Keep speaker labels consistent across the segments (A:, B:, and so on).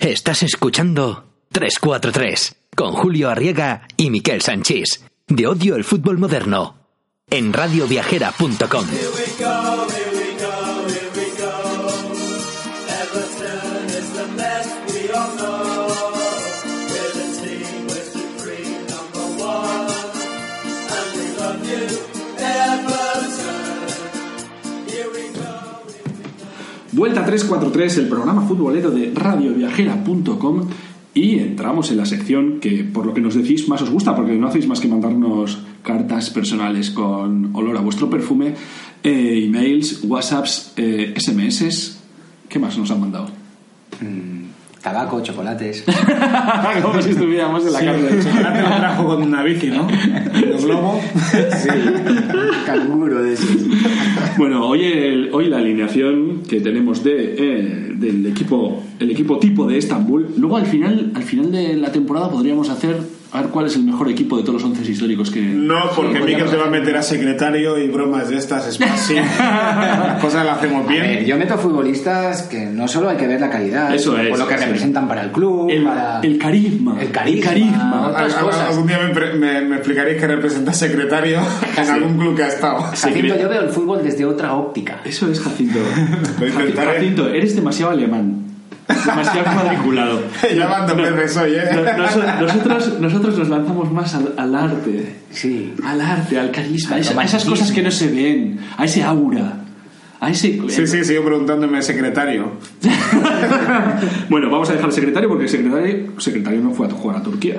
A: Estás escuchando 343 con Julio Arriega y Miquel Sanchís de Odio el Fútbol Moderno en radioviajera.com.
B: Vuelta 343, el programa futbolero de radioviajera.com y entramos en la sección que por lo que nos decís más os gusta, porque no hacéis más que mandarnos cartas personales con olor a vuestro perfume, eh, emails, whatsapps, eh, SMS. ¿Qué más nos han mandado?
C: Mm, Tabaco, chocolates.
B: Como si estuviéramos en la
D: Sí, el
B: cárcel.
D: chocolate lo trajo con una bici, ¿no? El globo.
C: Sí, canguro de esos.
B: Bueno, hoy, el- hoy la alineación que tenemos de, eh, del equipo, el equipo tipo de Estambul. Luego al final, al final de la temporada podríamos hacer a ver cuál es el mejor equipo de todos los once históricos que.
D: No, porque Mikel se va a meter a secretario y bromas de estas, es así. Las cosas las hacemos
C: A ver,
D: bien.
C: yo meto futbolistas que no solo hay que ver la calidad,
B: Eso
C: sino
B: es,
C: por lo que
B: eso es.
C: representan para el club,
B: El,
C: para
B: el carisma.
C: el carisma.
B: carisma.
C: otras
D: Al- al-
C: cosas.
D: Algún día me, pre- me- me explicaréis que representa secretario en algún club que ha estado.
C: Jacinto,
B: cre-
C: yo veo el fútbol desde otra óptica.
B: Eso es Jacinto.
D: Lo intentaré.
B: Jacinto, eres demasiado alemán. Demasiado matriculado.
D: Ya mando perres hoy, ¿eh?
B: No- nos- nosotros, nosotros nos lanzamos más al, al arte.
C: Sí.
B: Al arte, al carisma. A, esa- a esas
C: romanticismo.
B: cosas que no se ven. A ese aura. A ese.
D: Sí, sí, sigo preguntándome secretario.
B: bueno, vamos a dejar al secretario porque el secretario, secretario no fue a jugar a Turquía.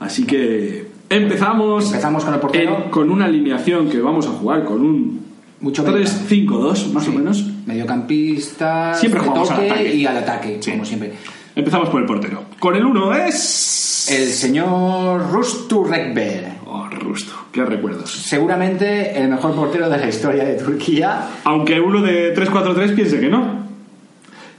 B: Así que empezamos.
C: Empezamos con el portero.
B: en- con una alineación que vamos a jugar con un
C: Mucho
B: 3-5-2, más o menos.
C: Mediocampistas,
B: Siempre
C: de
B: jugamos al
C: toque
B: ataque.
C: y al ataque,
B: Sí.
C: como siempre.
B: Empezamos por el portero. Con el 1 es.
C: El señor Rustu Rekber,
B: Oh, Rusto, qué recuerdos.
C: seguramente el mejor portero de la historia de Turquía.
B: Aunque uno de 343 piense que no.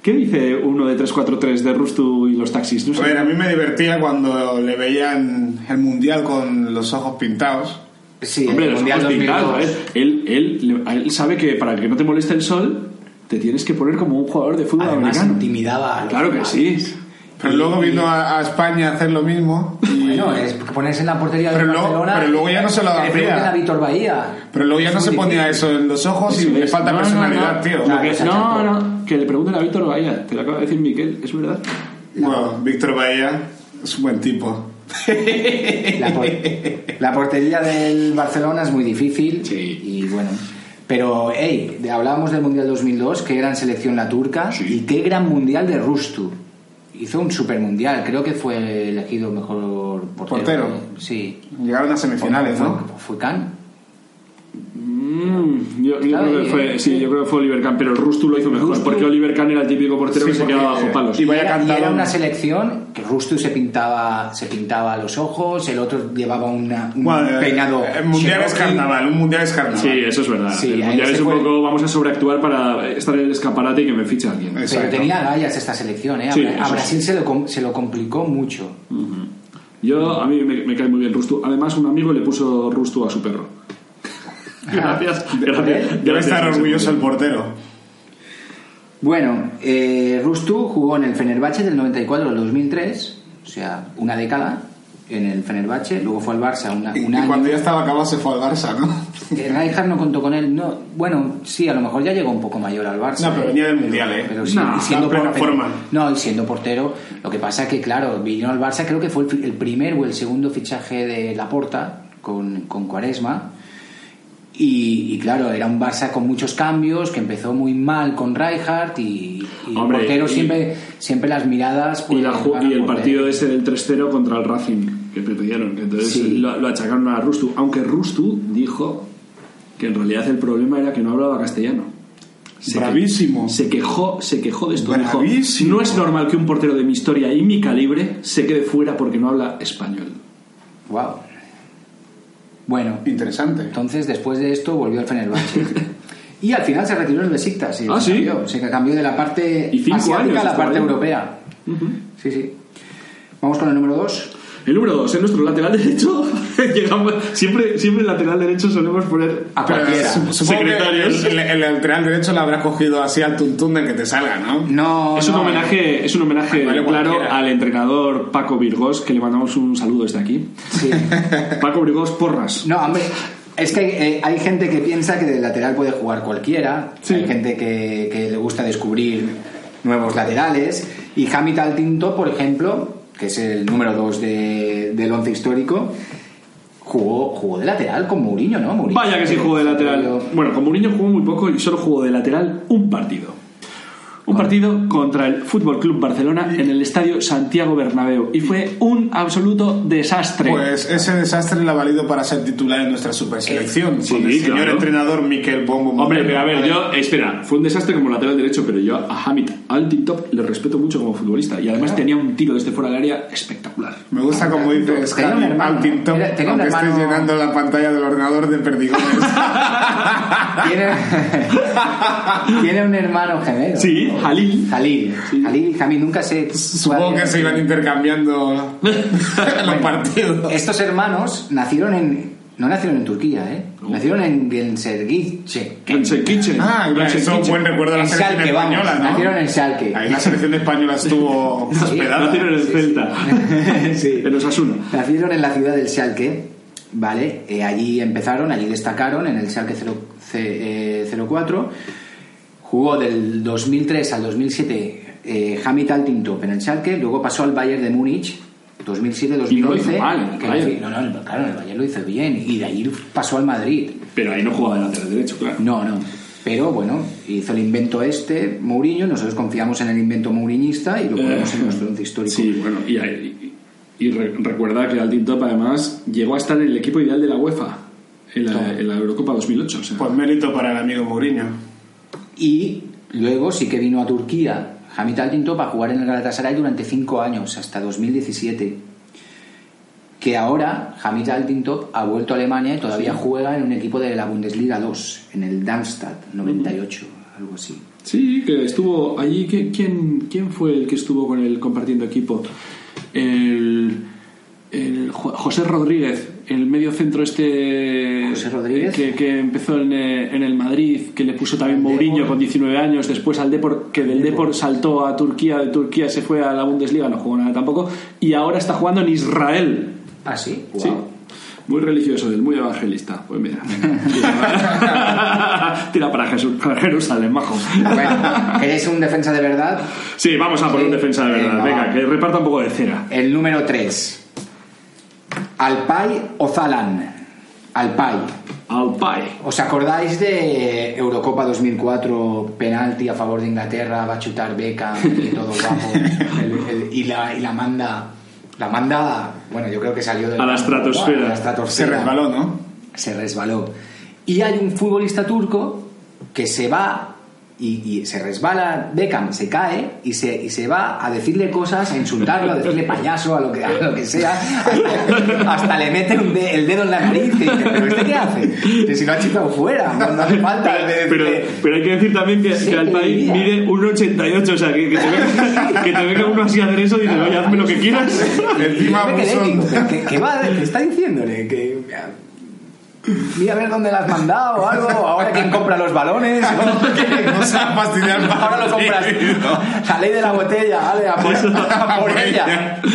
B: ¿Qué dice uno de 343 de Rustu y los taxis? No
D: A
B: sé.
D: ver, a mí me divertía cuando le veían el mundial con los ojos pintados.
C: Sí,
B: Hombre,
C: el
B: los
C: Mundial
B: ojos
C: 2002.
B: pintados, a ver, Él, él, a él sabe que para que no te moleste el sol, te tienes que poner como un jugador de fútbol
C: Además,
B: americano.
C: intimidaba a los
B: Claro que
C: demás.
B: sí.
D: Pero luego vino a, a España a hacer lo mismo. y-
C: Bueno, eh, es ponerse en la portería de
D: Pero luego-
C: Barcelona.
D: pero luego ya no se lo
C: que le
D: hacía.
C: pregunten a Víctor Bahía.
D: Pero luego ya
C: Es
D: no
C: muy
D: se ponía
C: difícil.
D: eso en los ojos
B: Eso
D: y le
B: es.
D: falta
B: No, no,
D: personalidad,
B: no.
D: tío.
B: Lo que-
C: Claro,
B: no,
C: exacto.
B: no, que le pregunten a Víctor Bahía, te lo acaba de decir Miquel, es verdad.
D: Bueno, Víctor Bahía es un buen tipo.
C: La, por- la portería del Barcelona es muy difícil.
B: Sí.
C: Y bueno. Pero, hey, de- hablábamos del Mundial 2002, que gran selección la turca. Y qué gran Mundial de Rustu. Hizo un super mundial, creo que fue elegido mejor portero.
D: Portero.
C: Sí.
D: Llegaron a semifinales,
C: Fue-
D: ¿no?
C: Fue Can.
B: Mm, yo, yo
C: Claro,
B: creo que
C: y-
B: fue, sí, yo creo que fue Oliver Kahn, pero Rustu lo hizo mejor,
C: Rustu-
B: porque Oliver Kahn era el típico portero
D: Sí,
B: que se
D: porque-
B: quedaba bajo palos.
D: Y
C: Y
D: vaya
C: era, y era
D: cantado.
C: una selección que Rustu se pintaba, se pintaba los ojos, el otro llevaba una, un
D: Bueno, eh,
C: peinado.
D: El mundial es
C: Cherokee.
D: carnaval, un mundial es carnaval.
B: Sí, eso es verdad.
C: Sí,
B: el
C: ahí
B: mundial
C: se
B: es un
C: fue.
B: poco, vamos a sobreactuar para estar en el escaparate y que me fiche alguien.
D: Es-
C: Pero
D: Exacto.
C: tenía agallas esta selección, ¿eh? A,
B: Sí,
C: Bra- a
B: eso
C: Brasil se lo, com- se lo complicó mucho.
B: Yo, a mí me, me cae muy bien Rustu. Además, un amigo le puso Rustu a su perro. gracias, gracias.
D: Debe estar
B: gracias.
D: orgulloso el portero.
C: Bueno, eh, Rustu jugó en el Fenerbahce del 94 al 2003, o sea, una década en el Fenerbahce, luego fue al Barça una,
D: Y,
C: un
D: y
C: año.
D: cuando ya estaba acabado se fue al Barça, ¿no?
C: Eh, Rijkaard no contó con él, no, bueno, sí, a lo mejor ya llegó un poco mayor al Barça.
D: No, pero venía del Mundial, ¿eh?
C: Pero sí,
B: No,
C: y siendo
D: está en plena
C: por-
D: forma.
C: No, y siendo portero, lo que pasa que, claro, vino al Barça, creo que fue el, fi- el primer o el segundo fichaje de Laporta con, con Cuaresma. Y, y, claro, era un Barça con muchos cambios, que empezó muy mal con Rijkaard y, y el
B: Hombre,
C: portero
B: y-
C: siempre, siempre las miradas...
B: Y,
C: pues,
B: la ju-
C: van
B: y
C: al
B: el
C: portero.
B: partido ese del 3-0 contra el Racing que te pidieron. Entonces
C: Sí.
B: lo, lo achacaron a Rustu. Aunque Rustu dijo que en realidad el problema era que no hablaba castellano. Se
D: Bravísimo.
B: que- se quejó, se quejó de esto. Dijo,
D: Bravísimo.
B: no es normal que un portero de mi historia y mi calibre se quede fuera porque no habla español.
C: Wow. Bueno,
D: Interesante.
C: entonces después de esto volvió al Fenerbahçe. y al final se retiró el Besiktas.
B: Ah,
C: se
B: ¿sí?
C: Cambió, se cambió de la parte
B: Y cinco
C: asiática
B: años
C: a la
B: estuvo
C: parte
B: ahí.
C: europea. Sí, sí. Vamos con el número 2.
B: El número 2, en nuestro lateral derecho, llegamos, siempre, siempre el lateral derecho solemos poner
C: A cualquiera.
D: Sup- Supongo
B: Secretarios.
D: que el, el, el lateral derecho lo habrá cogido así al tuntún de que te salga, ¿no? eh.
C: No,
B: Es un
C: no,
B: homenaje, es un homenaje
D: Vale,
B: claro
D: cualquiera.
B: al entrenador Paco Virgós, que le mandamos un saludo desde aquí.
C: Sí.
B: Paco Virgós Porras.
C: No, hombre, es que eh, hay gente que piensa que de lateral puede jugar cualquiera,
B: Sí.
C: hay gente que, que le gusta descubrir nuevos laterales, y Hamid Altinto, por ejemplo, que es el número 2 del once histórico, jugó, jugó de lateral con Mourinho, ¿no? Mourinho.
B: Vaya que sí jugó de lateral. Bueno, con Mourinho jugó muy poco y solo jugó de lateral un partido. Un partido contra el Fútbol Club Barcelona en el estadio Santiago Bernabéu y fue un absoluto desastre.
D: Pues ese desastre le ha valido para ser titular en nuestra superselección.
B: Sí,
D: con el señor
B: claro.
D: entrenador Miquel Bombo.
B: Hombre,
D: Moreno.
B: pero a ver, yo, espera, fue un desastre como lateral derecho, pero yo a Hamid Altintop le respeto mucho como futbolista y además tenía un tiro desde fuera del área espectacular.
D: Me gusta como dices,
C: Tenía un
D: Javier
C: hermano.
D: Altintop,
C: Era- tenía un
D: aunque estés
C: hermano-
D: llenando la pantalla del ordenador de perdigones.
C: Tiene, tiene un hermano gemelo.
B: Sí, Jalil.
C: Jalil.
B: Sí.
C: Jalil y Hamid, nunca sé.
D: Supongo que se iban intercambiando los partidos.
C: Estos hermanos nacieron en. No nacieron en Turquía, ¿eh?
B: Uh.
C: Nacieron en Gensergiche.
B: Kitchen.
D: Ah, claro, eso es un buen recuerdo de la
C: En
D: selección
C: Schalke, vamos.
D: española, ¿no?
C: Nacieron en Schalke.
D: Ahí la selección española estuvo hospedada.
B: Nacieron en el Celta.
C: Sí.
B: En Osasuna.
C: Nacieron en la ciudad del Schalke, ¿vale? Eh, allí empezaron, allí destacaron, en el Schalke 0, C- eh, 04. Jugó del 2003 al 2007 eh, Hamid Altintop en el Schalke, luego pasó al Bayern de Múnich. 2007-2011.
B: Y lo hizo mal, el
C: que
B: Bayern.
C: hizo- no, no, el- claro, el Bayern lo hizo bien. Y de allí pasó al Madrid.
B: Pero ahí no jugaba de lateral derecho, claro.
C: No, no. Pero bueno, hizo el invento este, Mourinho, nosotros confiamos en el invento mourinista y lo ponemos en nuestro once histórico.
B: Eh, Sí, bueno, y, y- y re- recuerda que Altintop además llegó a estar en el equipo ideal de la UEFA en la, en la Eurocopa 2008. o sea.
D: Pues mérito para el amigo Mourinho.
C: Y luego sí que vino a Turquía, Hamid Altintop, a jugar en el Galatasaray durante cinco años, hasta 2017. Que ahora Hamid Altintop ha vuelto a Alemania y todavía juega en un equipo de la Bundesliga 2, en el Darmstadt 98, algo así.
B: Sí, que estuvo allí. ¿qui- ¿Quién, quién fue el que estuvo con él compartiendo equipo? El, el Jo- José Rodríguez, el medio centro este.
C: José Rodríguez.
B: Que, que empezó en, eh, en el Madrid, que le puso también
C: Al
B: Mourinho
C: Depor.
B: con 19 años, después al Depor, que del Depor saltó a Turquía, de Turquía se fue a la Bundesliga, no jugó nada tampoco, y ahora está jugando en Israel.
C: Ah, sí,
B: Sí.
C: Guau.
B: Muy religioso, él, muy evangelista. Pues mira. Tira para, Jesús, para Jerusalén, majo.
C: Bueno, ¿queréis un defensa de verdad?
B: Sí, vamos a por
C: Sí.
B: un defensa de verdad.
C: Venga,
B: Venga,
C: va.
B: que reparta un poco de cera.
C: El número 3. Alpay Ozalan. Alpay.
B: Alpay.
C: ¿Os acordáis de Eurocopa 2004, penalti a favor de Inglaterra, va a chutar Beca y todo guapo? El- el- y, la, y la manda. La manda. Bueno, yo creo que salió del
B: A la
C: campo, ¿no?
B: estratosfera.
C: A la
D: Se
C: estratosfera.
D: resbaló, ¿no?
C: Se resbaló. Y hay un futbolista turco que se va. Y, y se resbala Beckham, se cae y se, y se va a decirle cosas, a insultarlo, a decirle payaso, a lo que, a lo que sea. Hasta, hasta le mete un de- el dedo en la nariz y dice, ¿pero este qué hace? Que si lo ha chupado fuera, no, no hace falta.
B: Pero, pero hay que decir también que,
C: Sí,
B: que Alpay
C: mira.
B: mide 1,88. O sea, que, que te venga, que te venga uno así a hacer eso y dice, oye, hazme lo que quieras.
D: Encima
C: Yo me quedé,
D: puso-
C: digo, ¿pero ¿qué, qué va? ¿Qué está diciéndole? Que... Mira a ver dónde la has mandado o algo, ahora quién compra los balones. o qué
D: No se va a fastidiar más.
C: Ahora lo compras. La ley de la botella, vale, a por, a por ella.
D: Ah,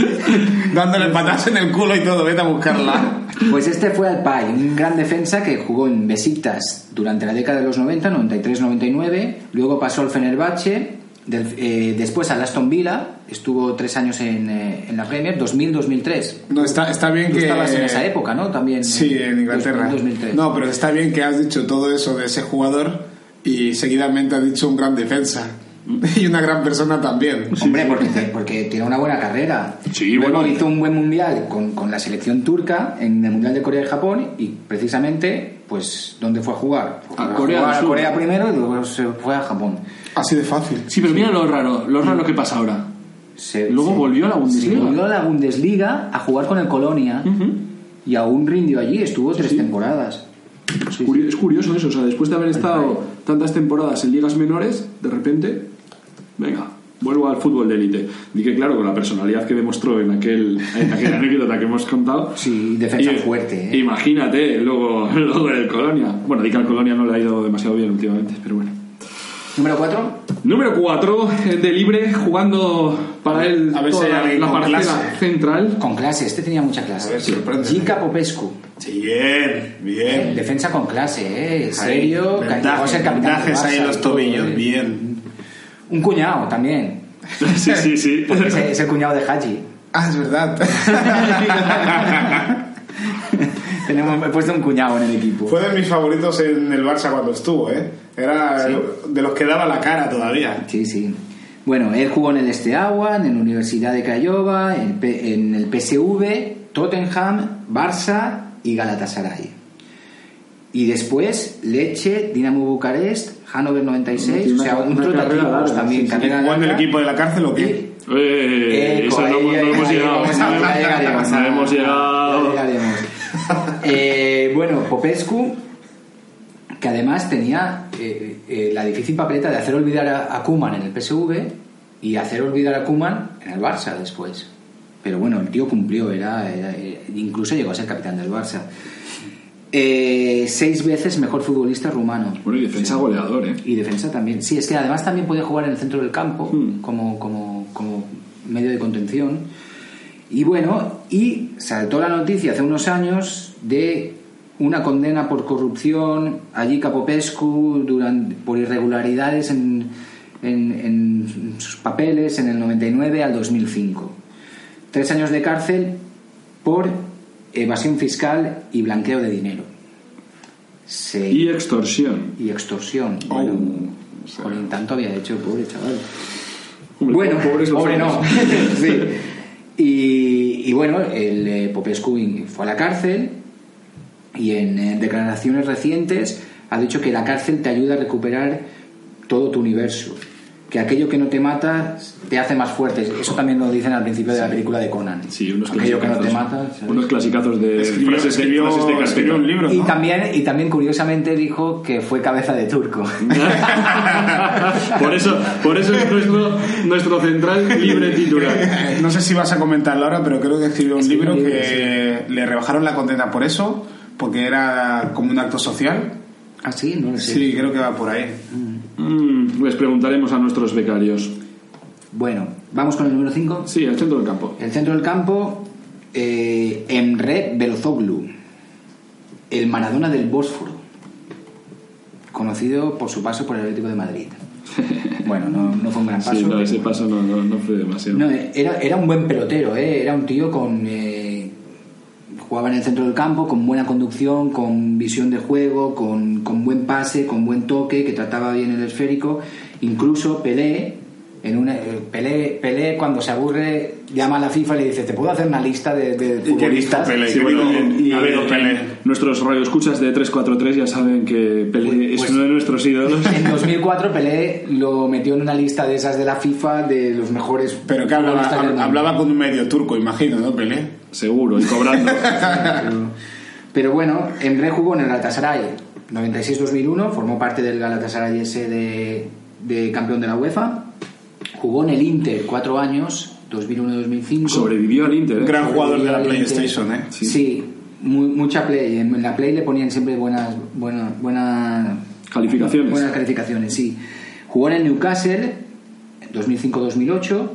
D: Dándole patas en el culo y todo, vete a buscarla.
C: Pues este fue Alpay, un gran defensa que jugó en Besiktas durante la década de los 90, 93-99, luego pasó al Fenerbahce, del- eh, después al Aston Villa, estuvo tres años en, eh, en la Premier, 2000-2003.
D: No, está, está bien
C: Tú
D: que.
C: estabas en esa época, ¿no? También.
D: Sí,
C: eh,
D: en Inglaterra.
C: 2000-2003.
D: No, pero está bien que has dicho todo eso de ese jugador y seguidamente has dicho un gran defensa. Y una gran persona también.
C: Hombre, porque, porque tiene una buena carrera.
B: Sí,
C: Luego
B: bueno.
C: hizo un buen mundial con, con la selección turca en el mundial de Corea y Japón y precisamente, pues, ¿dónde fue a jugar?
B: A
C: Fue
B: Corea del
C: jugar a
B: Sur.
C: Corea primero y luego se fue a Japón.
D: Así de fácil.
B: Sí, pero mira lo raro, lo raro que pasa ahora.
C: Se-
B: Luego
C: se-
B: volvió a la Bundesliga.
C: se volvió a la Bundesliga a jugar con el Colonia y aún rindió allí, estuvo tres temporadas.
B: Es, curio- es curioso eso, o sea, después de haber estado tantas temporadas en ligas menores, de repente, venga, vuelvo al fútbol de élite. Y que claro, con la personalidad que demostró en aquel en aquella anécdota que hemos contado.
C: Sí, defensa fuerte, ¿eh?
B: Imagínate, luego, luego en el Colonia. Bueno, di que al Colonia no le ha ido demasiado bien últimamente, pero bueno.
C: Número 4.
B: Número 4, de libre, jugando para él
D: A ver si
B: toda
D: hay
B: la,
D: alguien
B: la
D: con
B: parcela
D: clase.
B: central.
C: Con clase, este tenía mucha clase.
D: A ver, sorpréndeme.
C: Gica Popescu.
D: Sí, bien, bien.
C: Defensa con clase, ¿eh? Serio,
D: Ahí,
C: ca- llegó a
D: vendajes,
C: ser capitán del
D: vendajes ahí
C: Barça
D: en los
C: y todo,
D: tobillos,
C: ¿eh?
D: bien.
C: Un cuñado también.
B: Sí, sí, sí.
C: Porque es, es el cuñado de Haji.
D: Ah, es verdad.
C: Tenemos, he puesto un cuñado en el equipo.
D: Fue de mis favoritos en el Barça cuando estuvo, ¿eh? Era de los que daba la cara todavía.
C: Sí, sí. Bueno, él jugó en el Esteagua, en la Universidad de Craiova, en, P- en el PSV, Tottenham, Barça y Galatasaray. Y después Leche, Dinamo Bucarest, Hannover 96,
B: Tiene
C: o
B: una-
C: sea, un
B: una
C: trotativo
B: carrera larga,
C: también.
B: sí, sí.
C: carrera
D: ¿Jugó en el
C: larga.
D: equipo de la cárcel o qué?
C: Y-
B: Eh, eso
C: Eco,
B: no,
C: ahí,
B: no
C: ahí,
B: hemos
C: ahí,
B: llegado.
C: ahí llegaremos, ahí llegaremos,
B: No hemos
C: ah,
B: llegado.
C: ya llegaremos. Eh, bueno, Popescu, que además tenía eh, eh, la difícil papeleta de hacer olvidar a, a Koeman en el PSV y hacer olvidar a Kuman en el Barça después. Pero bueno, el tío cumplió, era, era- era- incluso llegó a ser capitán del Barça. Eh, seis veces mejor futbolista rumano.
B: Bueno, y defensa goleador, ¿eh?
C: Y defensa también. Sí, es que además también podía jugar en el centro del campo
B: Mm.
C: como, como, como medio de contención. Y bueno, y saltó la noticia hace unos años de una condena por corrupción allí Capopescu durante, por irregularidades en, en, en sus papeles en el 99 al 2005. Tres años de cárcel por evasión fiscal y blanqueo de dinero. Se
B: Y extorsión.
C: y extorsión.
D: Oh,
C: Bueno,
D: o sea.
C: con tanto había hecho, pobre chaval.
B: Hombre,
C: bueno,
B: pobres los
C: pobre no.
B: hombres.
C: Sí. Y, y bueno, el eh, Popescu fue a la cárcel y en eh, declaraciones recientes ha dicho que la cárcel te ayuda a recuperar todo tu universo. Que aquello que no te mata te hace más fuerte. Eso también lo dicen al principio de la película de Conan.
B: Sí, unos
C: aquello que no
B: clasicazos.
C: te mata. ¿sabes?
B: Unos clasicazos de
D: Escribió,
B: frases, de-
D: escribió-
B: frases de carpeta.
D: escribió un libro,
C: Y
D: ¿no?
C: también, y también curiosamente dijo que fue cabeza de turco.
B: por eso, por eso es nuestro, nuestro central libre titular.
D: Eh, No sé si vas a comentarlo ahora, pero creo que escribió un
C: Escribió
D: libro
C: un libro,
D: que le rebajaron la condena por eso, porque era como un acto social.
C: ¿Ah, sí? No lo sé.
D: Sí, creo que va por ahí.
B: Mm, les preguntaremos a nuestros becarios.
C: Bueno, vamos con el número 5.
B: Sí, al centro del campo.
C: El centro del campo, eh, Emre Belozoglu, el Maradona del Bósforo, conocido por su paso por el Atlético de Madrid. Bueno, no, no fue un gran paso.
B: Sí, no,
C: pero
B: ese
C: bueno.
B: paso no, no, no fue demasiado.
C: No, eh, era, era un buen pelotero, eh, era un tío con... eh, jugaba en el centro del campo con buena conducción, con visión de juego, con, con buen pase, con buen toque, que trataba bien el esférico. Incluso Pelé, en una, eh, Pelé, Pelé cuando se aburre llama a la FIFA y le dice, ¿te puedo hacer una lista de, de
D: qué lista,
C: futbolistas?
D: Pelé?
B: Sí, bueno,
D: Y-
B: a ver,
D: y- Pelé.
B: nuestros radioescuchas de 343 ya saben que Pelé
C: Pues-
B: es uno de nuestros ídolos.
C: En 2004 Pelé lo metió en una lista de esas de la FIFA de los mejores.
D: Pero que hablaba,
C: futbolistas del mundo.
D: hablaba con un medio turco, imagino, ¿no, Pelé?
B: Seguro, y cobrando.
C: Pero- Pero bueno, Emre jugó en el Galatasaray 96-2001, formó parte del Galatasaray ese de, de campeón de la UEFA. Jugó en el Inter cuatro años, 2001-2005.
B: Sobrevivió al Inter. ¿eh?
D: Gran jugador de la
C: Sobrevivió al Inter.
D: PlayStation, ¿eh?
C: Sí, mu- mucha play. En la play le ponían siempre buenas, buenas, buenas
B: Calificaciones.
C: Buenas calificaciones, sí. Jugó en el Newcastle 2005-2008,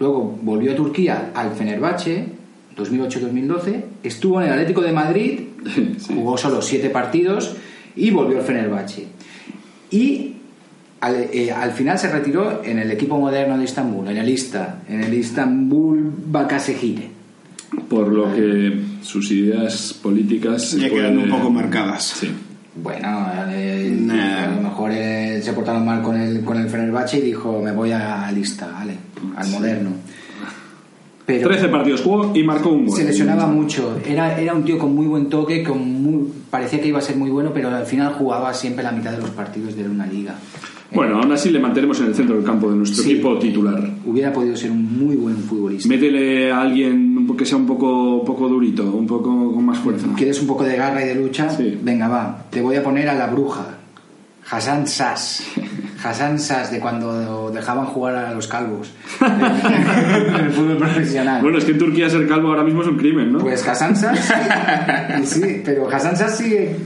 C: luego volvió a Turquía al Fenerbahce 2008-2012, estuvo en el Atlético de Madrid,
B: Sí.
C: jugó solo siete partidos y volvió al Fenerbahce. Y al, eh, al final se retiró en el equipo moderno de Estambul, en el Ista, en el Istanbul Bakasehire.
B: Por lo que sus ideas políticas se
D: Ya
B: pueden,
D: quedan un
B: eh,
D: poco marcadas.
B: Sí.
C: Bueno, eh,
D: Nah.
C: a lo mejor eh, se portaron mal con el, con el Fenerbahce y dijo, me voy a lista, vale, al moderno. Pero
B: 13 partidos jugó y marcó un gol.
C: se lesionaba mucho. Era, era un tío con muy buen toque, con muy- parecía que iba a ser muy bueno, pero al final jugaba siempre la mitad de los partidos de una liga.
B: Bueno, aún así le mantenemos en el centro del campo de nuestro
C: Sí.
B: equipo titular.
C: Hubiera podido ser un muy buen futbolista.
B: Métele a alguien un po- que sea un poco, poco durito, un poco con más fuerza.
C: ¿Quieres un poco de garra y de lucha?
B: Sí.
C: Venga, va. Te voy a poner a la bruja. Hassan Sass. Hassan Sass, de cuando dejaban jugar a los calvos. En el fútbol profesional.
B: Bueno, es que en Turquía ser calvo ahora mismo es un crimen, ¿no?
C: Pues Hassan Sass. Sí, pero Hassan Sass sigue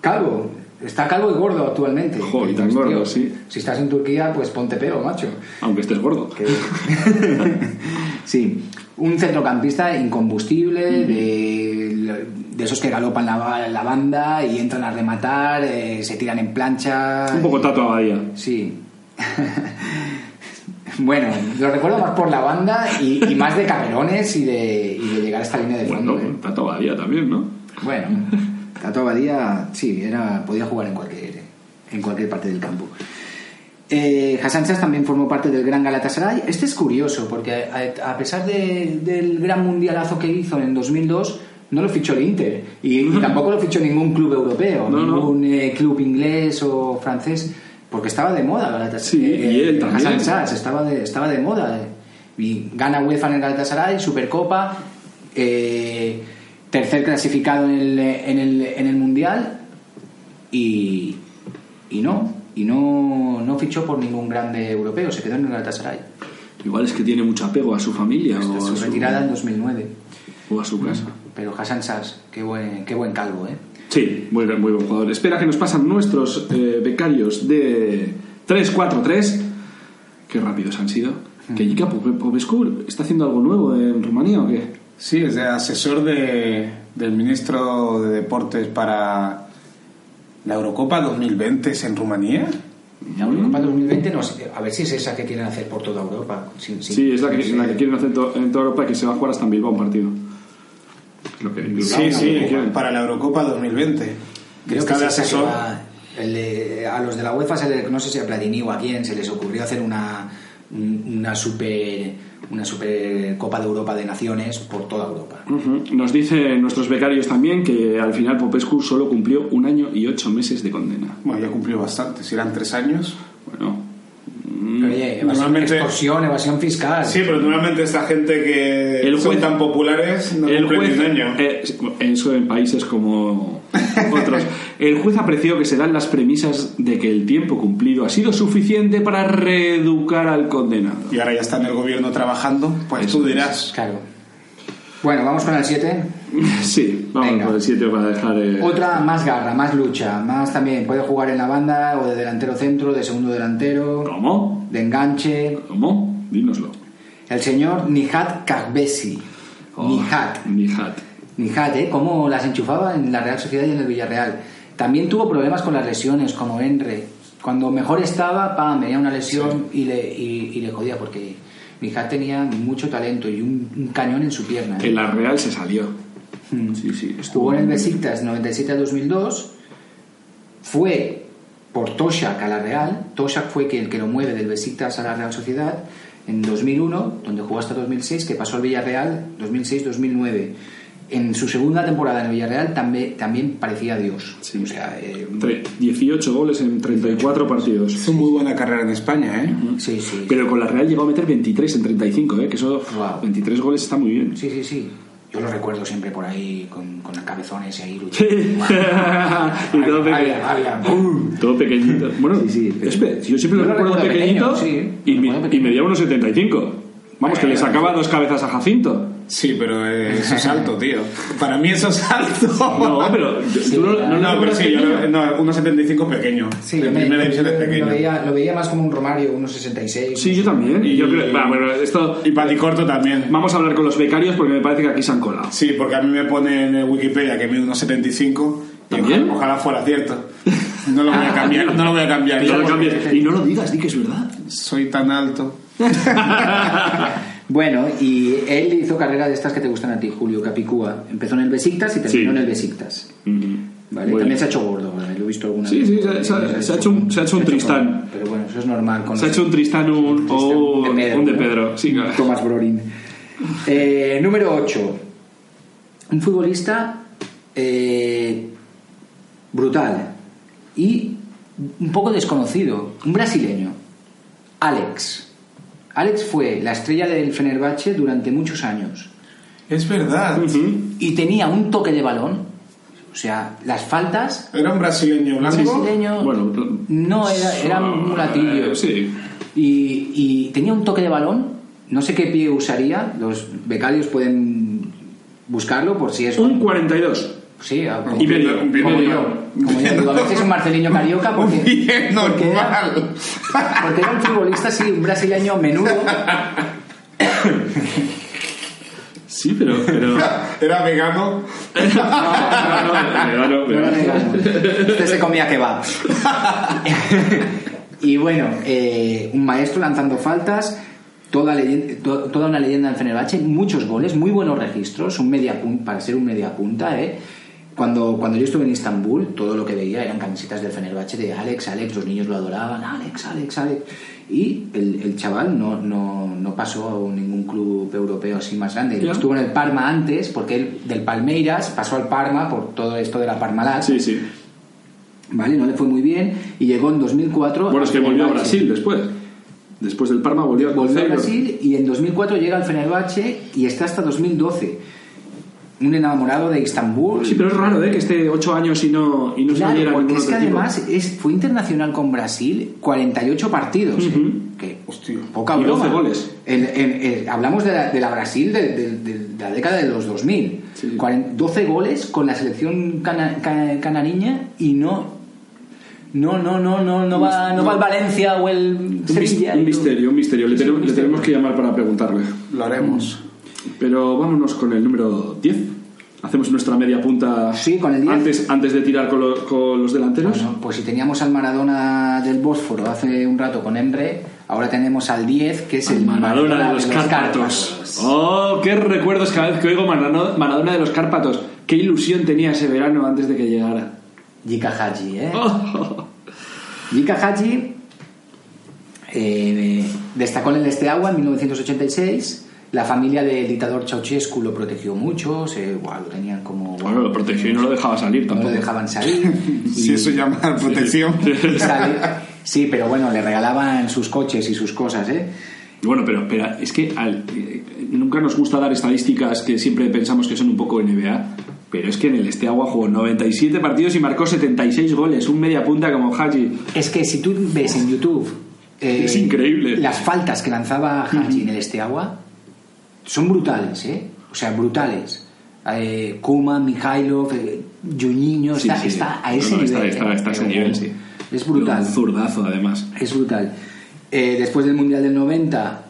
C: calvo. Está calvo y gordo actualmente.
B: Jo, y tan
C: Hostia,
B: gordo, sí.
C: Si estás en Turquía, pues ponte pelo, macho.
B: Aunque estés gordo.
C: sí, un centrocampista incombustible, de, de esos que galopan la, la banda y entran a rematar, eh, se tiran en plancha.
B: Un poco tato a Bahía.
C: Sí. bueno, lo recuerdo más por la banda y, y más de camerones y de, y de llegar a esta línea de fondo.
B: Bueno,
C: ¿eh?
B: tato a Bahía también, ¿no?
C: Bueno, Tato Abadía, sí, era, podía jugar en cualquier, en cualquier parte del campo. Eh, Hassan Chas también formó parte del gran Galatasaray. Este es curioso, porque a, a pesar de- del gran mundialazo que hizo en 2002, no lo fichó el Inter. Y, y tampoco lo fichó ningún club europeo,
B: No, no.
C: ningún eh, club inglés o francés, porque estaba de moda
B: Sí,
C: Galatasaray.
B: y él también.
C: Hassan Chas estaba de, estaba de moda. eh. Y gana UEFA en el Galatasaray, Supercopa, eh, tercer clasificado en el, en el, en el Mundial y, y no, y no, no fichó por ningún grande europeo, se quedó en el Galatasaray.
B: Igual es que tiene mucho apego a su familia o
C: Hasta
B: a
C: su
B: su,
C: retirada en 2009.
B: o a su casa.
C: Pero Hassan Sass, qué buen, qué buen calvo, ¿eh?
B: Sí, muy, buen- muy buen jugador. Espera que nos pasan nuestros eh, becarios de 3-4-3. Qué rápidos han sido. Que Jica Pope- Popescu está haciendo algo nuevo en Rumanía o qué?
D: Sí, es de asesor de, del ministro de Deportes para la Eurocopa 2020 es en Rumanía.
C: La Europa 2020, no sé, a ver si es esa que quieren hacer por toda Europa. sin-
B: Sí,
C: sin-
B: es la que,
C: sin-
B: la que quieren hacer to- en toda Europa y que se va a jugar hasta en Bilbao un partido. Es lo que- lo que-
D: Sí,
B: lo
D: sí,
B: que quieren.
D: para la Eurocopa 2020.
C: Creo
D: Está
C: que
D: de
C: es esa que
D: asesor.
C: va- el de- a los de la UEFA, se le- no sé si a Platini o a quién, se les ocurrió hacer una, un- una super una super Copa de Europa de Naciones por toda Europa.
B: Ujú. Nos dicen nuestros becarios también que al final Popescu solo cumplió un año y ocho meses de condena.
D: Bueno, ya cumplió bastante, si eran tres años.
B: Bueno,
C: Oye, evasión,
D: Mm, Normalmente-
C: extorsión, evasión fiscal.
D: Sí, pero normalmente esta gente que
B: El
D: son
B: juez-
D: tan populares no
B: el
D: cumplen
B: juez,
D: ni un año.
B: eh, eso en países como otros. El juez apreció que se dan las premisas de que el tiempo cumplido ha sido suficiente para reeducar al condenado.
D: Y ahora ya está en el gobierno trabajando, pues
B: Eso
D: tú
B: es.
D: dirás.
C: Claro. Bueno, vamos con el 7.
B: Sí, vamos
C: Venga.
B: por el 7 para dejar. eh,
C: Otra más garra, más lucha, más también. Puede jugar en la banda o de delantero centro, de segundo delantero,
B: ¿Cómo?
C: de enganche.
B: ¿Cómo? Dínoslo.
C: El señor Nihat Kagbesi.
D: Oh.
C: Nihat.
B: Nihat.
C: Nihat, ¿eh? Cómo las enchufaba en la Real Sociedad y en el Villarreal. También tuvo problemas con las lesiones, como Enre. Cuando mejor estaba, pam, venía una lesión y, le, y, y le jodía, porque Nihat tenía mucho talento y un, un cañón en su pierna. ¿eh?
B: En la Real se salió.
C: Mm,
B: Sí, sí,
C: Jugó
B: estuvo.
C: en el Besiktas 97-2002, fue por Toshak a la Real, Toshak fue que el que lo mueve del Besiktas a la Real Sociedad en 2001, donde jugó hasta 2006, que pasó al Villarreal 2006-2009. En su segunda temporada en el Villarreal también, también parecía Dios.
B: Sí.
C: O sea, eh,
B: Tre- 18 goles en 34 partidos.
D: Hizo muy buena carrera en España, ¿eh?
C: sí, sí.
B: Pero con la Real llegó a meter 23 en 35, ¿eh? que eso,
C: Wow.
B: 23 goles está muy bien.
C: Sí, sí, sí. Yo lo recuerdo siempre por ahí con, con el cabezón ese ahí.
B: y todo, peque-
C: Había- había- ¡Bum!
B: todo pequeñito. Bueno,
C: Sí, sí, pero-
B: espe- yo siempre
C: Yo
B: lo
C: lo
B: recuerdo
C: recuerdo
B: pequeñito
C: pequeño, sí,
B: y,
C: lo
B: mi-
C: recuerdo
B: y
C: pequeño.
B: medía unos 75. Vamos, que le sacaba dos cabezas a Jacinto.
D: Sí, pero eh, eso es alto, tío. Para mí eso es alto.
B: No, pero yo- tú no, no,
D: No,
B: lo
D: no, pero
B: recuerdas
D: sí, yo
B: pequeño.
D: lo- no, 1,75 pequeño.
C: Sí,
D: en
C: me-
D: primera división es
C: lo-
D: pequeño.
C: Lo veía, lo veía más como un Romario, unos 66.
B: Sí, yo también. Y yo creo, va, bueno, esto,
D: Y paticorto también.
B: vamos a hablar con los becarios porque me parece que aquí se han colado.
D: Sí, porque a mí me pone en Wikipedia que mide 1,75. y
B: ¿También?
D: ojalá- Ojalá fuera cierto. No lo voy a cambiar, no lo voy a cambiar.
B: Y no, lo
D: Somos-
B: cambies. y no lo digas, di que es verdad.
D: Soy tan alto.
C: Bueno, y él hizo carrera de estas que te gustan a ti, Julio Capicúa. Empezó en el Besiktas y terminó
B: Sí.
C: en el Besiktas. ¿vale?
B: Muy
C: También
B: bien.
C: se ha hecho gordo, ¿vale? lo he visto alguna
B: Sí,
C: vez.
B: sí, se- se- se ha hecho un- se ha hecho un Tristán.
C: gordo, Pero bueno, eso es normal. con
B: Se ha
C: los-
B: hecho un Tristán un- o
C: Este, de
B: Oh, un,
C: Pedro,
B: de
C: ¿no?
B: Pedro. Sí, claro.
C: Tomás Brorin. Eh, número 8. Un futbolista eh, brutal y un poco desconocido. Un brasileño. Alex. Alex fue la estrella del Fenerbahce durante muchos años
D: Es verdad.
B: Ujú.
C: y tenía un toque de balón. O sea, las faltas.
D: Era un brasileño blanco.
C: Brasileño.
B: Bueno, t-
C: no, era, era un mulatillo.
B: Eh, sí.
C: Y, y tenía un toque de balón, no sé qué pie usaría, los becarios pueden buscarlo por si es...
B: Un 42.
C: Sí, a-
B: Y medio,
C: como,
B: un pie
C: como
B: medio.
C: yo. Como yo digo, a veces un marcelino carioca porque...
D: Un bien
C: porque era-
D: normal.
C: porque era un futbolista, sí, un brasileño menudo.
B: Sí, pero. pero...
D: Era vegano.
B: Ah, no, no, no, no, no,
C: No lo negamos. Este se comía kebab. y bueno, eh, un maestro lanzando faltas, toda, leyen- to- toda una leyenda en Fenerbahce, muchos goles, muy buenos registros, un media pun- para ser un media punta, ¿eh? Cuando, cuando yo estuve en Estambul, todo lo que veía eran camisetas del Fenerbahce de Alex, Alex, los niños lo adoraban, Alex, Alex, Alex. Y el, el chaval no, no, no pasó a ningún club europeo así más grande.
B: Ya.
C: Estuvo en el Parma antes, porque él del Palmeiras pasó al Parma por todo esto de la Parmalat.
B: Sí, sí.
C: ¿vale? No le fue muy bien y llegó en 2004.
B: Bueno, es que
C: al
B: volvió a
C: Fenerbahce.
B: Brasil después. Después del Parma volvió a
C: Volvió a Brasil y en 2004 llega al Fenerbahce y está hasta 2012. Un enamorado de Istambul.
B: Sí, pero es raro, ¿eh? Que esté 8 años y no, y no se
C: Claro,
B: valiera
C: porque
B: ningún
C: es que
B: otro equipo.
C: además es, fue internacional con Brasil 48 partidos. ¿eh?
B: Ujú.
C: Que,
D: Hostia.
C: poca
B: Y
C: broma.
B: 12 goles.
C: En- en- en- hablamos de la, de la Brasil de, de- de la década de los 2000.
B: Sí.
C: Cuaren- 12 goles con la selección cana- ca- canariña y no. No, no, no, no, no va, no va el Valencia o el
B: Un, mis-
C: Sevilla.
B: un
C: no.
B: misterio, un misterio. Le,
C: Es un
B: tenemos, le
C: misterio.
B: tenemos que llamar para preguntarle.
D: Lo haremos.
B: Pero vámonos con el número 10. Hacemos nuestra media punta
C: Sí, con el 10.
B: Antes, antes de tirar con, lo- con los delanteros.
C: Bueno, pues si teníamos al Maradona del Bósforo hace un rato con Emre, ahora tenemos al 10, que es el
B: Maradona de los
C: Cárpatos.
B: Cárpatos. Oh, qué recuerdos cada vez que oigo Marano- Maradona de los Cárpatos. Qué ilusión tenía ese verano antes de que llegara.
C: Yika Haji, ¿eh?
B: Oh.
C: Yika Haji eh, destacó en el Esteagua en 1986. La familia del dictador Ceausescu lo protegió mucho, se, guau, lo tenían como...
B: Bueno, lo protegió y no lo dejaba salir
C: no
B: tampoco.
C: lo dejaban salir.
D: Si eso llama a protección.
C: y sale- Sí, pero bueno, le regalaban sus coches y sus cosas, ¿eh?
B: Y Bueno, pero espera, es que al- eh, nunca nos gusta dar estadísticas que siempre pensamos que son un poco NBA, pero es que en el Esteagua jugó 97 partidos y marcó 76 goles, un media punta como Haji.
C: Es que si tú ves en YouTube. eh,
B: Es increíble.
C: Las faltas que lanzaba Haji en el Esteagua son brutales, ¿eh? O sea, brutales. Eh, Kuma, Mijailov, eh, Juninho,
B: Sí,
C: está,
B: sí.
C: está a
B: No,
C: ese
B: no,
C: nivel.
B: Está, está-
C: ¿eh?
B: está a ese
C: Pero,
B: nivel,
C: bueno,
B: sí.
C: Es brutal.
B: Un zurdazo, además.
C: Es brutal. Eh, después del Mundial del 90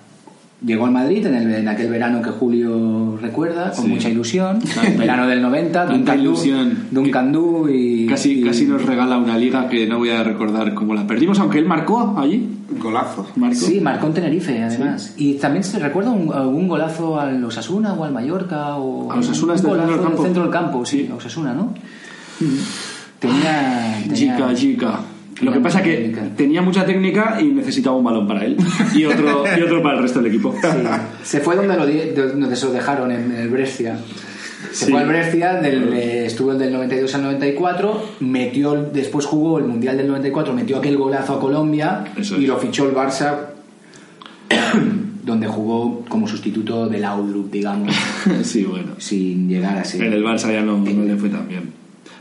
C: llegó al Madrid en, el- en aquel verano que Julio recuerda con
B: Sí.
C: mucha ilusión.
B: Tanta-
C: verano del 90,
B: tanta
C: Duncan Du-
B: ilusión.
C: Duncan Du y...
B: Casi,
C: y-
B: casi nos regala una liga que no voy a recordar cómo la perdimos, aunque él marcó allí.
D: Golazo.
B: Marcó.
C: Sí, marcó en Tenerife, además. Y también se recuerda un- algún golazo al Osasuna o al Mallorca o
B: Al Osasuna
C: un
B: es del
C: golazo
B: centro del campo.
C: centro del campo, sí,
B: Sí. Mm-hmm. Ah,
C: a Osasuna, ¿no? Tenía, tenía-
B: Chica, chica. Lo que
C: tenía
B: pasa
C: mucha
B: que
C: técnica.
B: tenía mucha técnica y necesitaba un balón para él y otro, y otro para el resto del equipo.
C: Sí. Se fue donde, lo, di- donde se lo dejaron, en, en el Brescia. Se
B: Sí.
C: fue al Brescia, del, eh, estuvo del 92 al 94, metió, el- después jugó el Mundial del 94, metió aquel golazo a Colombia
B: Eso
C: y
B: es.
C: lo fichó el Barça, donde jugó como sustituto de Laudrup, digamos,
B: Sí, bueno.
C: sin llegar a ser.
B: En el Barça ya no, no le fue tan bien.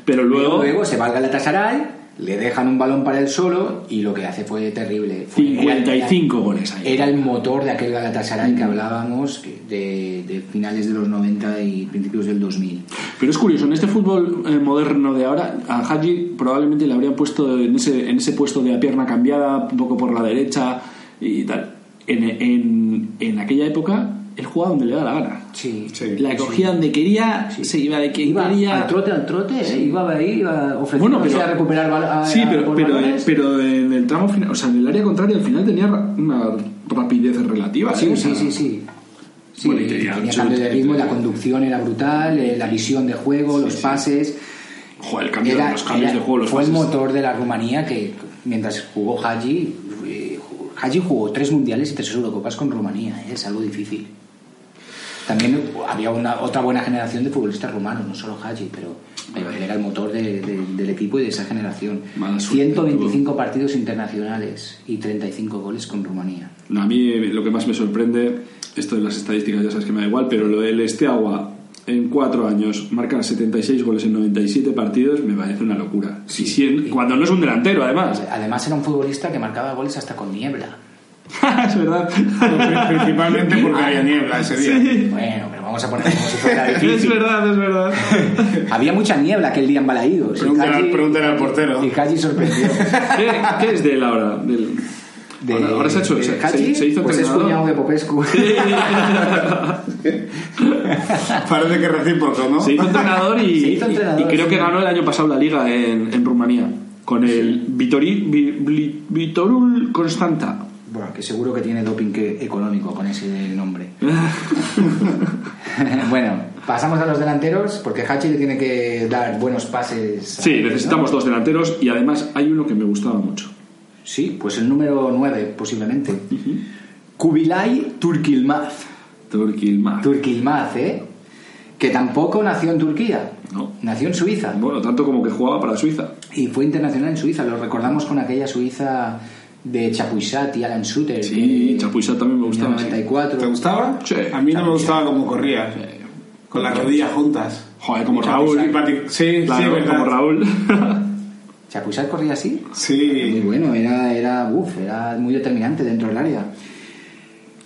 B: Pero luego,
C: Luego se va al Galatasaray, le dejan un balón para él solo y lo que hace fue terrible. Fue- era-
B: 55 goles ahí.
C: Era el motor de aquel Galatasaray que hablábamos que de, de finales de los 90 y principios del 2000.
B: Pero es curioso, en este fútbol eh, moderno de ahora, a Haji probablemente le habrían puesto en ese, en ese puesto de la pierna cambiada, un poco por la derecha y tal. En, en, en aquella época, él jugaba donde le daba la gana.
C: Sí.
D: Sí.
B: La cogía donde quería, se iba de quien
C: Iba
B: quería.
C: al trote, al trote, eh, iba a ir, iba ofreciéndose
B: Bueno, pero-
C: a recuperar bal- a-
B: Sí,
C: a-
B: pero, eh,
C: por
B: pero,
C: balones.
B: pero en el tramo final, o sea, en el área contraria al final tenía ra- una rapidez relativa. ¿eh?
C: Sí,
B: O sea,
C: sí, sí, sí. Sí,
B: Bueno, y tenía
C: tenía
B: absolutamente-
C: cambio de ritmo, la conducción era brutal, eh, la visión de juego, los pases.
B: Joder, el cambio,
C: Era-
B: los cambios de
C: era-
B: juego, los
C: fue el
B: pases.
C: motor de la Rumanía que mientras jugó Haji, eh, Haji jugó tres mundiales y tres Eurocopas con Rumanía, ¿eh? es algo difícil. También había una, otra buena generación de futbolistas rumanos, no solo Haji, pero él era el motor de- de- del equipo y de esa generación.
B: Mala suerte,
C: 125 partidos internacionales y 35 goles con Rumanía.
B: No, a mí eh, lo que más me sorprende, esto de las estadísticas ya sabes que me da igual, pero lo del Esteagua en cuatro años marca 76 goles en 97 partidos me parece una locura. Si 100, cuando no es un delantero, además.
C: Además era un futbolista que marcaba goles hasta con niebla.
B: es verdad.
D: Pues Principalmente porque había niebla ese día.
C: Bueno, pero vamos a poner como si fuera
B: es
C: difícil.
B: verdad, es verdad.
C: Había mucha niebla aquel día en Balaídos.
D: Pregúntale al- pregúntale al portero.
C: Y Haji sorprendió.
B: ¿Qué, qué es de él ahora? Del-
C: De-
B: ahora, ahora se ha hecho.
C: de
B: Se,
C: Haji,
B: se- se hizo
C: pues es cuñado
B: entrenador.
C: de Popescu.
D: Parece que recíproco, ¿no?
B: Se hizo entrenador y,
C: Se hizo entrenador,
B: y- y creo
C: sí.
B: que ganó el año pasado la liga en, en Rumanía con el Vitori- Vi- Bli- Vitorul Constanta.
C: bueno, que seguro que tiene doping que- económico con ese nombre. bueno, pasamos a los delanteros, porque Hachi le tiene que dar buenos pases. a
B: Sí,
C: él, ¿no?
B: necesitamos dos delanteros y además hay uno que me gustaba mucho.
C: Sí, pues el número 9, posiblemente. Kubilay Turkilmaz.
B: Turquilmaz.
C: Turkilmaz, ¿eh? Que tampoco nació en Turquía.
B: No.
C: Nació en Suiza.
B: Bueno, tanto como que jugaba para Suiza.
C: Y fue internacional en Suiza, lo recordamos con aquella Suiza de Chapuisat y Alan Suter.
B: Sí,
C: que-
B: Chapuisat también me gustaba,
C: en el 94.
D: ¿Te gustaba?
B: Sí.
D: A mí no me gustaba cómo corría. Con las rodillas juntas.
B: Joder, como
D: Raúl.
B: Raúl.
D: Sí, sí,
B: Claro,
D: verdad.
B: como Raúl.
C: Chapuisat corría así. Muy
D: Sí.
C: bueno, era, era, uf, era muy determinante dentro del área.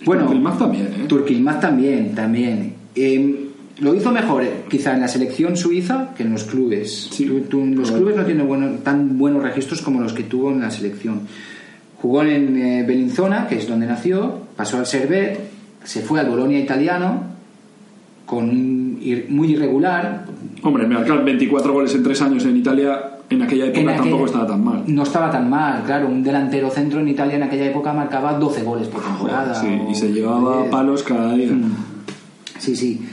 B: Turquilmaz también, ¿eh?
C: Turquilmaz también, también. Eh, lo hizo mejor, eh, quizá en la selección suiza que en los clubes.
B: Sí.
C: Tú- tú- los clubes no tienen bueno- tan buenos registros como los que tuvo en la selección. Jugó en eh, Bellinzona, que es donde nació, pasó al Servet, se fue al Bolonia italiano, con un ir- muy irregular.
B: Hombre, marcar 24 goles en 3 años en Italia en aquella época
C: En aquella-
B: tampoco estaba tan mal.
C: No estaba tan mal, claro. Un delantero centro en Italia en aquella época marcaba 12 goles por temporada.
B: Ah, Sí, y
C: o
B: se llevaba
C: 10.
B: palos cada día.
C: Mm. Sí, sí.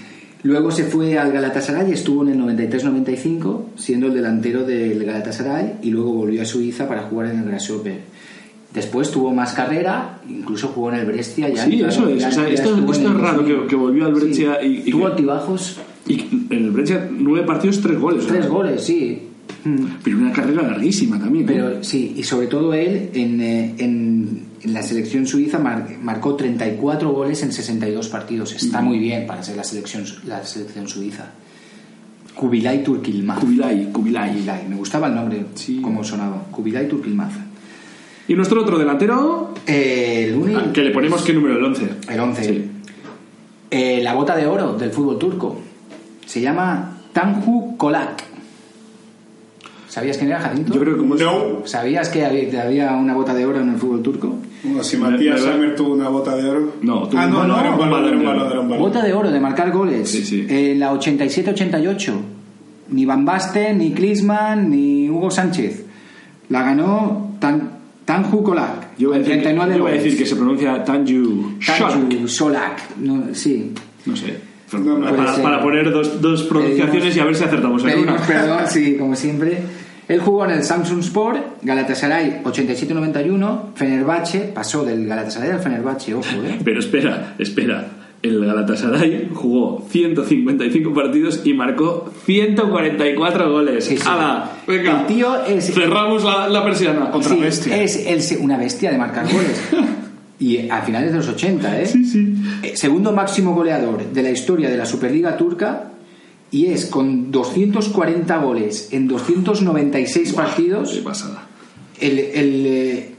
C: Luego se fue al Galatasaray, estuvo en el 93-95, siendo el delantero del Galatasaray, y luego volvió a Suiza para jugar en el Grasshopper. Después tuvo más carrera, incluso jugó en el Brescia. Ya,
B: Sí,
C: ya-
B: eso es.
C: ya-
B: O sea,
C: ya
B: esto-
C: estuvo en
B: esto
C: el
B: es raro
C: 2000.
B: que- que volvió al Brescia
C: Sí.
B: y- y
C: Tuvo
B: que-
C: altibajos,
B: Y en el Brescia, 9 partidos, 3 goles. ¿no?
C: tres goles, sí. Mm.
B: Pero una carrera larguísima también. ¿eh?
C: Pero sí, y sobre todo él en, eh, en- en la selección suiza mar- marcó 34 goles en 62 partidos. Está muy bien para ser la selección, su- la selección suiza. Kubilay Turkilmaz.
B: Kubilai, Kubilai.
C: Kubilay, me gustaba el nombre,
B: Sí.
C: como sonaba. Kubilay Turkilmaz.
B: Y nuestro otro delantero,
C: Eh, El único.
B: al que le ponemos que número el 11.
C: El 11.
B: Sí.
C: Eh, la bota de oro del fútbol turco. Se llama Tanju Kolak. ¿Sabías quién era, Jacinto?
B: Yo creo que como es-
D: No.
C: ¿Sabías que había- había una bota de oro en el fútbol turco?
D: Bueno, si Matías
B: ¿Verdad?
D: Sammer tuvo una bota de oro.
B: No, tuvo
D: ah, no,
B: un
D: no,
B: balón,
D: era un balón, era un balón, era un balón.
C: Bota de oro de marcar goles.
B: Sí, sí.
C: En la 87-88. Ni Van Basten, ni Klinsmann, ni Hugo Sánchez. La ganó Tan, Tanju Kolak.
B: Yo voy a
C: con
B: decir,
C: 39
B: yo voy a
C: goles.
B: decir que se pronuncia Tanju Shalak.
C: Tanju Solak. No, sí.
B: No sé.
D: No, no,
C: Puede
B: Para,
C: ser.
B: para poner dos, dos pronunciaciones
C: Pedimos-
B: y a ver si acertamos en
C: Pedimos
B: una.
C: perdón, sí, como siempre. Él jugó en el Samsung Sport, Galatasaray 87-91, Fenerbahce, pasó del Galatasaray al Fenerbahce, ojo, ¿eh?
B: Pero espera, espera. El Galatasaray jugó 155 partidos y marcó 144 goles.
C: Sí, sí.
B: ¡Hala! Venga.
C: El tío es-
B: Cerramos la, la persiana. Otra
C: Sí,
B: bestia.
C: Es el se- una bestia de marcar goles. y a finales de los 80, ¿eh?
B: Sí, sí.
C: Eh, Segundo máximo goleador de la historia de la Superliga Turca. Y es con 240 goles en 296
B: Qué
C: partidos.
B: pasada.
C: El, el, eh,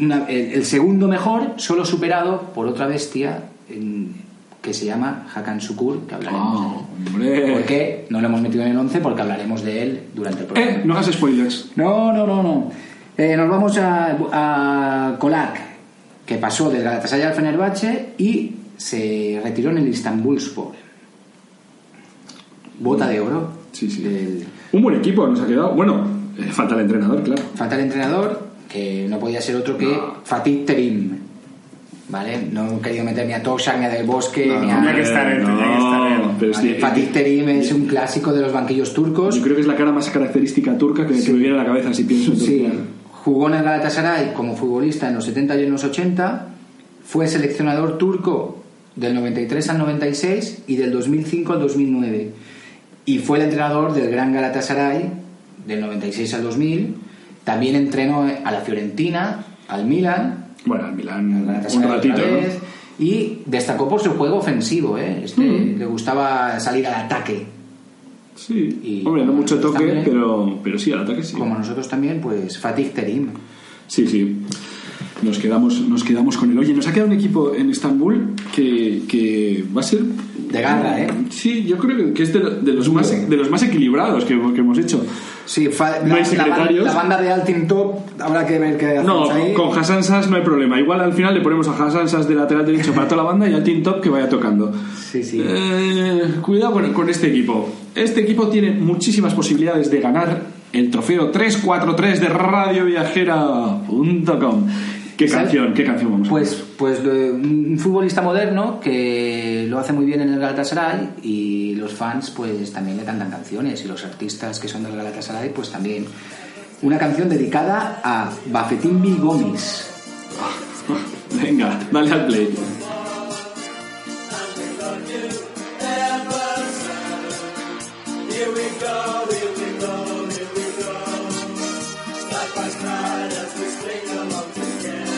C: una- el- el segundo mejor, solo superado por otra bestia en- que se llama Hakan Sukur, que hablaremos.
B: Ah, hombre.
C: ¿Por qué? No lo hemos metido en el 11 porque hablaremos de él durante el programa.
B: Eh, no hagas spoilers.
C: No, no, no, no. Eh, nos vamos a, a Kolak, que pasó del Galatasaray al Fenerbahce y se retiró en el Istanbulspor. Bota de oro.
B: Sí, sí.
C: Del-
B: Un buen equipo nos ha quedado. Bueno, eh, falta el entrenador, claro.
C: falta el entrenador, que no podía ser otro que
B: No.
C: Fatih Terim. ¿Vale? No he querido meter ni a Toshak, ni a Del Bosque,
D: No,
C: ni a...
D: tenía que estar él, tenía que estar él.
B: Eh, pero sí,
C: Vale, Fatih Terim es un clásico de los banquillos turcos.
B: Yo creo que es la cara más característica turca que, que me viene a la cabeza si pienso en
C: Sí,
B: Turquía.
C: jugó en el Galatasaray como futbolista en los 70 y en los 80, fue seleccionador turco del 93 al 96 y del 2005 al 2009. Y fue el entrenador del Gran Galatasaray del 96 al 2000. También entrenó a la Fiorentina, al Milan,
B: Bueno, al
C: al
B: Milán un
C: Galatasaray
B: ratito,
C: otra
B: ¿no?
C: vez, Y destacó por su juego ofensivo, ¿eh? Este, Le gustaba salir al ataque.
B: Sí,
C: Y-
B: hombre, no mucho toque,
C: También-
B: pero, pero sí, al ataque sí.
C: Como nosotros también, pues Fatih Terim.
B: Sí, sí. Nos quedamos, nos quedamos con el. Oye, nos ha quedado un equipo en Estambul que, que va a ser.
C: De garra, ¿eh?
B: Sí, yo creo que es de, de los, más, de los más equilibrados que, que hemos hecho.
C: Sí, fa-
B: No hay
C: la, la ban-
B: secretarios.
C: la banda de Altin Top, habrá que ver qué hacemos
B: No,
C: ahí.
B: con Hassan Sass no hay problema. Igual al final le ponemos a Hassan Sass de lateral derecho para toda la banda y a Tim Top que vaya tocando.
C: Sí, sí.
B: Eh, cuidado con, con este equipo. Este equipo tiene muchísimas posibilidades de ganar el trofeo 343 de radioviajera.com. ¿Qué
C: ¿Sabes?
B: canción? ¿Qué canción vamos a poner?
C: Pues, pues eh, un futbolista moderno que lo hace muy bien en el Galatasaray y los fans pues también le cantan canciones y los artistas que son del Galatasaray pues también. Una canción dedicada a Bafetín Bigomis.
B: Venga, dale al play.
E: Like my pride as we sing along together.